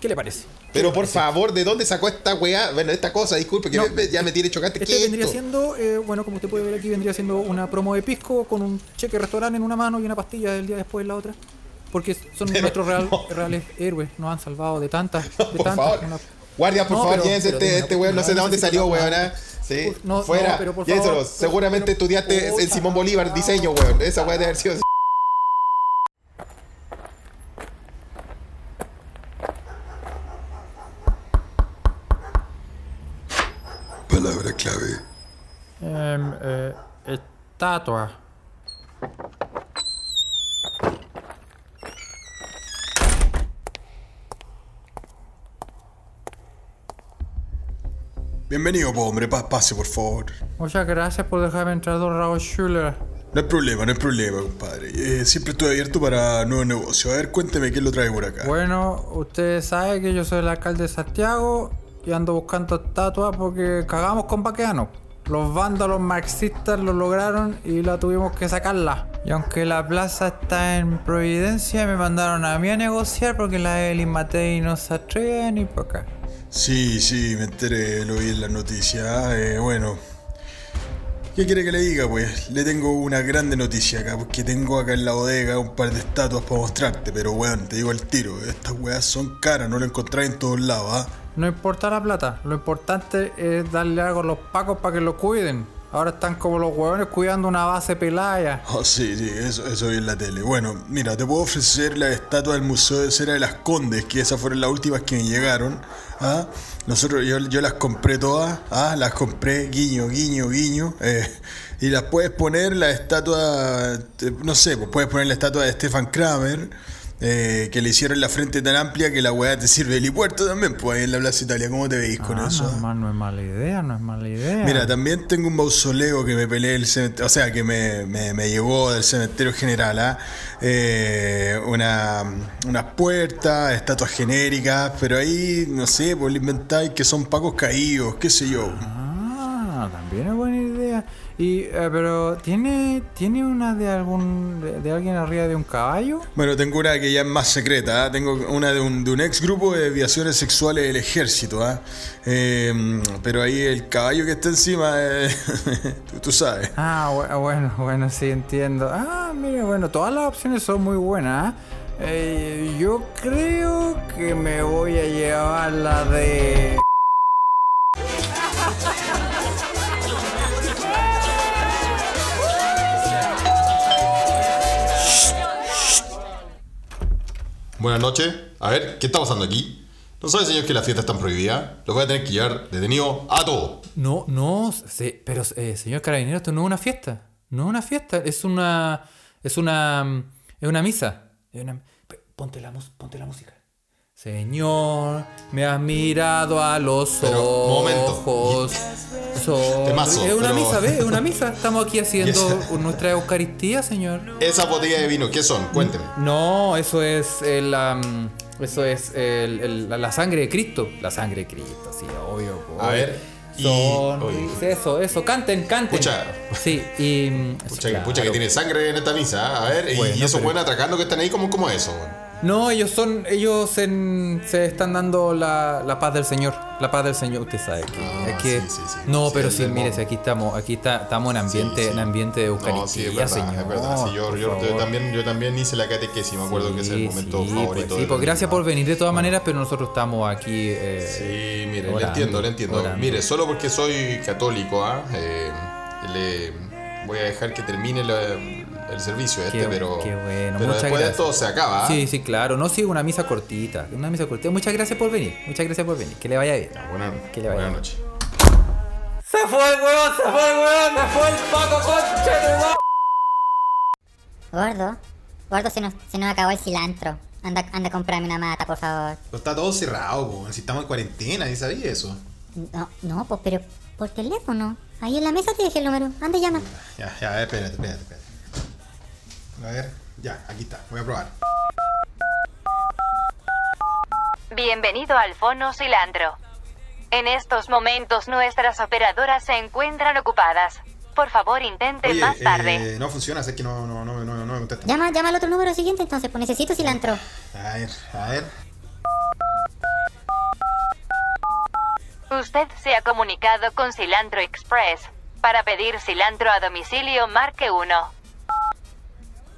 H: ¿qué le parece?
A: Pero por favor, ¿de dónde sacó esta weá? Bueno, esta cosa, disculpe, que me- me- ya me tiene chocante.
H: Este
A: ¿Qué es
H: vendría
A: esto?
H: siendo, eh, bueno, como usted puede ver aquí, vendría siendo una promo de pisco con un cheque restaurante en una mano y una pastilla del día después en la otra. Porque son
A: <laughs>
H: nuestros real- reales héroes, nos han salvado de tantas. de
A: por
H: tantas
A: favor.
H: una-
A: Guardia, por
H: No,
A: favor,
H: pero-
A: llévense
H: pero
A: este,
H: dime,
A: este weón, no sé de dónde salió, weón. ah. Sí,
H: No, no,
A: fuera.
H: pero por
A: Llévenselo.
H: favor, pero-
A: Seguramente estudiaste en Simón Bolívar diseño, weón. Esa weá de haber sido.
M: Palabra clave.
H: Em, eh, estatua.
M: Bienvenido, po, hombre. Pa- pase, por favor.
H: Muchas gracias por dejarme entrar, don Raúl Schuller.
M: No hay problema, no hay problema, compadre. Eh, siempre estoy abierto para nuevos negocios. A ver, cuénteme qué lo trae por acá.
H: Bueno, usted sabe que yo soy el alcalde de Santiago y ando buscando estatuas porque cagamos con Baqueano. Los vándalos marxistas lo lograron y la tuvimos que sacarla. Y aunque la plaza está en Providencia, me mandaron a mí a negociar porque la Eli Matei no se atreven y por acá.
M: Sí, sí, me enteré, lo vi en las noticias. Eh, bueno, ¿qué quiere que le diga, pues? Le tengo una grande noticia acá, porque tengo acá en la bodega un par de estatuas para mostrarte, pero weón, te digo al tiro, estas weas son caras, no lo encontráis en todos lados, ¿ah?
H: No importa la plata, lo importante es darle algo a los pacos para que lo cuiden. Ahora están como los huevones cuidando una base pelaya.
M: <laughs> Oh, sí, sí, eso, eso vi en la tele. Bueno, mira, te puedo ofrecer la estatua del Museo de Cera de las Condes, que esas fueron las últimas que me llegaron. ¿ah? Nosotros, yo, yo las compré todas, ¿ah? las compré, guiño, guiño, guiño. eh, y las puedes poner la estatua, eh, no sé, pues puedes poner la estatua de Stefan Kramer, eh, que le hicieron la frente tan amplia que la weá te sirve de helipuerto también, pues ahí en la Plaza Italia. ¿Cómo te veis con
H: Ah,
M: eso?
H: no, hermano, no es mala idea, no es mala idea.
M: Mira, también tengo un mausoleo que me peleé el cementerio, o sea, que me, me, me llevó del cementerio general, ¿ah? Eh, una, unas puertas, estatuas genéricas, pero ahí, no sé, por inventáis que son pacos caídos, qué sé yo.
H: Ah, también es buena idea. Y, eh, pero, ¿tiene, ¿tiene una de algún de, de alguien arriba de un caballo?
M: Bueno, tengo una que ya es más secreta, ¿ah? tengo una de un, de un ex grupo de desviaciones sexuales del ejército, ¿ah? Eh, pero ahí el caballo que está encima, eh, <laughs> tú- tú sabes.
H: Ah, bu- bueno, <laughs> bueno, sí, entiendo. Ah, mire, bueno, todas las opciones son muy buenas. ¿ah? Eh, yo creo que me voy a llevar la de...
A: Buenas noches. A ver, ¿qué está pasando aquí? ¿No sabe, señor, que las fiestas están prohibidas? Los voy a tener que llevar detenido a todos.
H: No, no, se- pero eh, señor carabinero, esto no es una fiesta. No es una fiesta, es una. Es una. mm, Es una misa. Es una- P- Ponte la, mus- ponte la música. Señor, me has mirado a los
A: Pero, momento.
H: ojos. Sorry.
A: Temazo,
H: es una
A: pero-
H: misa, ¿ves? Es una misa. Estamos aquí
A: <laughs>
H: haciendo nuestra Eucaristía, señor.
A: Esas botellas de vino, ¿qué son? Cuénteme.
H: No, eso es el, am, eso es el- el- la- la sangre de Cristo. La sangre de Cristo, sí, obvio. po.
A: A ver, y-
H: Son-
A: oye.
H: eso, eso, canten, canten.
A: Pucha.
H: Sí, y. mm,
A: Pucha,
H: claro.
A: pucha que tiene sangre en esta misa, ¿ah? A ver, y-
H: Bueno,
A: y esos
H: pero-
A: buenos atracando que están ahí, ¿cómo, cómo es eso? weón?
H: No, ellos son. Ellos en- se están dando la, la paz del Señor. La paz del Señor, usted sabe que. es que- no, pero
A: Ah, sí,
H: sí,
A: el
H: mire, si aquí estamos, aquí está, estamos en ambiente, en ambiente de Eucaristía,
A: No, sí, es verdad,
H: señor.
A: es verdad. Sí, yo,
H: por
A: yo- yo
H: favor.
A: también, yo también hice la catequesis, me acuerdo que ese es el momento
H: Sí,
A: favorito.
H: pues, sí,
A: de
H: pues
A: la
H: gracias por venir de todas maneras, pero nosotros estamos aquí. eh,
A: Sí, mire, le
H: orando,
A: entiendo, le entiendo.
H: orando.
A: Mire, solo porque soy católico, ¿ah? Eh, le voy a dejar que termine la- el servicio este,
H: Qué-
A: pero,
H: qué bueno,
A: pero
H: muchas
A: después
H: gracias.
A: de todo se acaba. ¿ah?
H: Sí, sí, claro. No, sí, una misa cortita. Una misa cortita. Muchas gracias por venir. Muchas gracias por venir. Que le vaya bien.
A: Buenas
H: que le vaya bien.
A: noches.
H: Se fue el huevón, se fue el huevón, se fue el Paco Concha de huevón.
I: Gordo, gordo, se nos, se nos acabó el cilantro. Anda, anda, comprame una mata, por favor.
A: Pero Está todo cerrado, po. si estamos en cuarentena, ¿y sabía eso?
I: No, no, pues, pero por teléfono. Ahí en la mesa te dejé el número. Anda, y llama.
A: Ya, ya, a ver, espérate, espérate, espérate. A ver, ya, aquí está, voy a probar.
T: Bienvenido al Fono Cilantro. En estos momentos nuestras operadoras se encuentran ocupadas. Por favor, intente
A: Oye,
T: más tarde.
A: eh, no funciona, sé que no, no, no, no, no me contesta.
I: Llama, llama al otro número siguiente entonces, pues necesito cilantro.
A: A ver, a ver.
T: Usted se ha comunicado con Cilantro Express. Para pedir cilantro a domicilio, marque 1.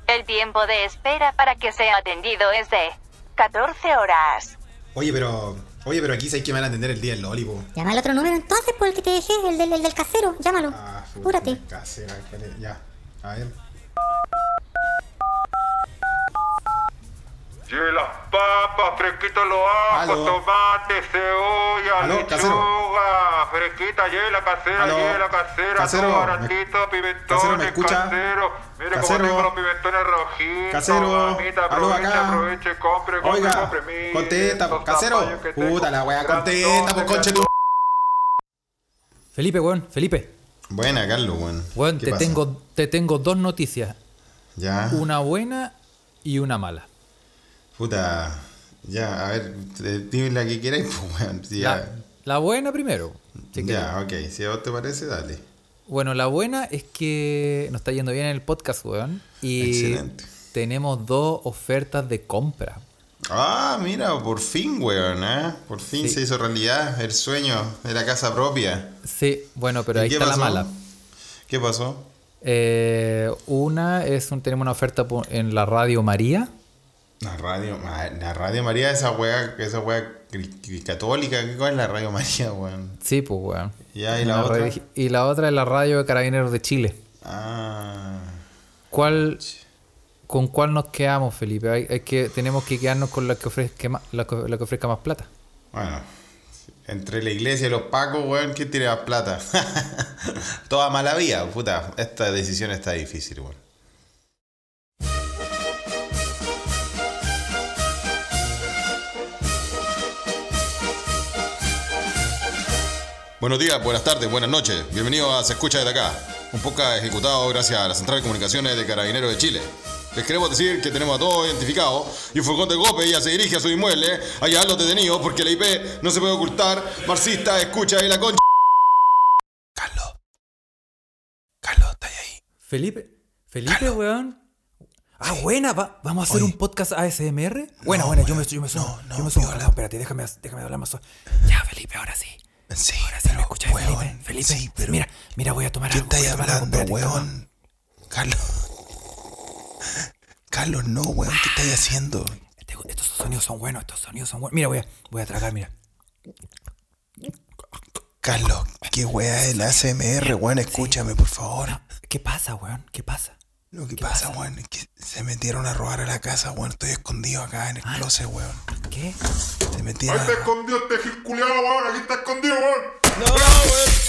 T: El tiempo de espera para que sea atendido es de 14 horas.
A: Oye, pero. Oye, pero aquí sé que me van a atender el día del Loli, po.
I: Llama al otro número entonces, por el que te dejé, el del, el del casero. Llámalo. Apúrate.
A: Casera, ¿cuál es? ya. A ver.
G: Y las papas, fresquito los ajos,
A: Aló.
G: tomate, cebolla,
A: Aló,
G: lechuga, fresquita, hiela casera,
A: Aló.
G: hiela casera,
A: Casero,
G: todo
A: me-
G: baratito, pimentones,
A: casero, ¿me escucha?
G: casero. Mire cómo
A: Casero.
G: tengo los pimentones rojitos,
A: Casero.
G: mamita,
A: Aló,
G: aproveche,
A: acá.
G: aproveche, compre, compre,
A: Oiga,
G: compre, mire,
A: contesta,
G: estos
A: casero.
G: zapallos que tengo,
A: Puta la wea, contesta, po,
G: grandotes,
A: conche tu-
H: Felipe, weón, Felipe.
A: Buena, Carlos, weón.
H: Weón,
A: ¿Qué
H: te
A: pasa? Ah.
H: tengo, te tengo dos noticias.
A: Ya.
H: Una buena y una mala.
A: Puta. Ya, a ver, te- dime la que queráis, <laughs> pues, weón. Sí,
H: La,
A: Ya,
H: la buena primero. si queréis.
A: ya ok. Si a vos te parece, dale.
H: Bueno, la buena es que nos está yendo bien en el podcast, weón. Y
A: Excelente.
H: tenemos dos ofertas de compra.
A: Ah, mira, por fin, weón, ¿eh? Por fin
H: Sí.
A: se hizo realidad el sueño de la casa propia.
H: Sí, bueno, pero
A: ¿Y
H: ahí
A: qué
H: está
A: pasó?
H: la mala.
A: ¿Qué pasó?
H: Eh, una es un, tenemos una oferta po- en la Radio María.
A: La radio, ma- la radio María, esa weá, esa weá cri- cri- católica, ¿qué cuál es la radio María, <laughs> weón?
H: Sí, pues, weón.
A: Ya, ¿y la
H: Una
A: otra?
H: radio- y la otra es la radio de Carabineros de Chile.
A: Ah.
H: ¿Cuál, ¿Con cuál nos quedamos, Felipe? Hay, hay que, tenemos que quedarnos con la que, ofrezca más, la, que, la que ofrezca más plata.
A: Bueno, entre la iglesia y los pacos, weón, ¿quién tiene más plata? <laughs> Toda mala vía, puta. Esta decisión está difícil, weón. Buenos días, buenas tardes, buenas noches. Bienvenido a Se Escucha desde acá. Un podcast ejecutado gracias a la Central de Comunicaciones de Carabineros de Chile. Les queremos decir que tenemos a todos identificados y un furgón de golpe ya se dirige a su inmueble, allá a los detenidos porque la IP no se puede ocultar. Marxista, escucha y la concha.
H: Felipe, Felipe, weón. Ah, buena, va- vamos a hacer un podcast ASMR. Buena,
E: No,
H: buena, yo me, yo me sumo. yo me sumo. Calma,
E: espérate, déjame, déjame hablar más. suave. Ya, Felipe, ahora sí. Sí, ahora sí, me escuchas, Felipe. Felipe, mira, mira, voy a tomar algo. voy a tomar algo, espérate,
M: weón? Carlos. <laughs> Carlos, no, weón, ¿qué estáis haciendo?
E: toma. Estos sonidos son buenos, estos sonidos son buenos. Mira, voy a, voy a tragar, mira.
M: Carlos, qué weá es el ASMR, weón, escúchame, por favor.
E: Ah, ¿Qué pasa, weón? ¿Qué pasa?
M: Lo que pasa, weón, es que se metieron a robar a la casa, weón. Estoy escondido acá en el closet, weón.
E: Ah, ¿Qué? Ah,
M: Se metieron.
B: escondido este gil culiao, weón. Aquí está escondido, weón.
M: No, weón.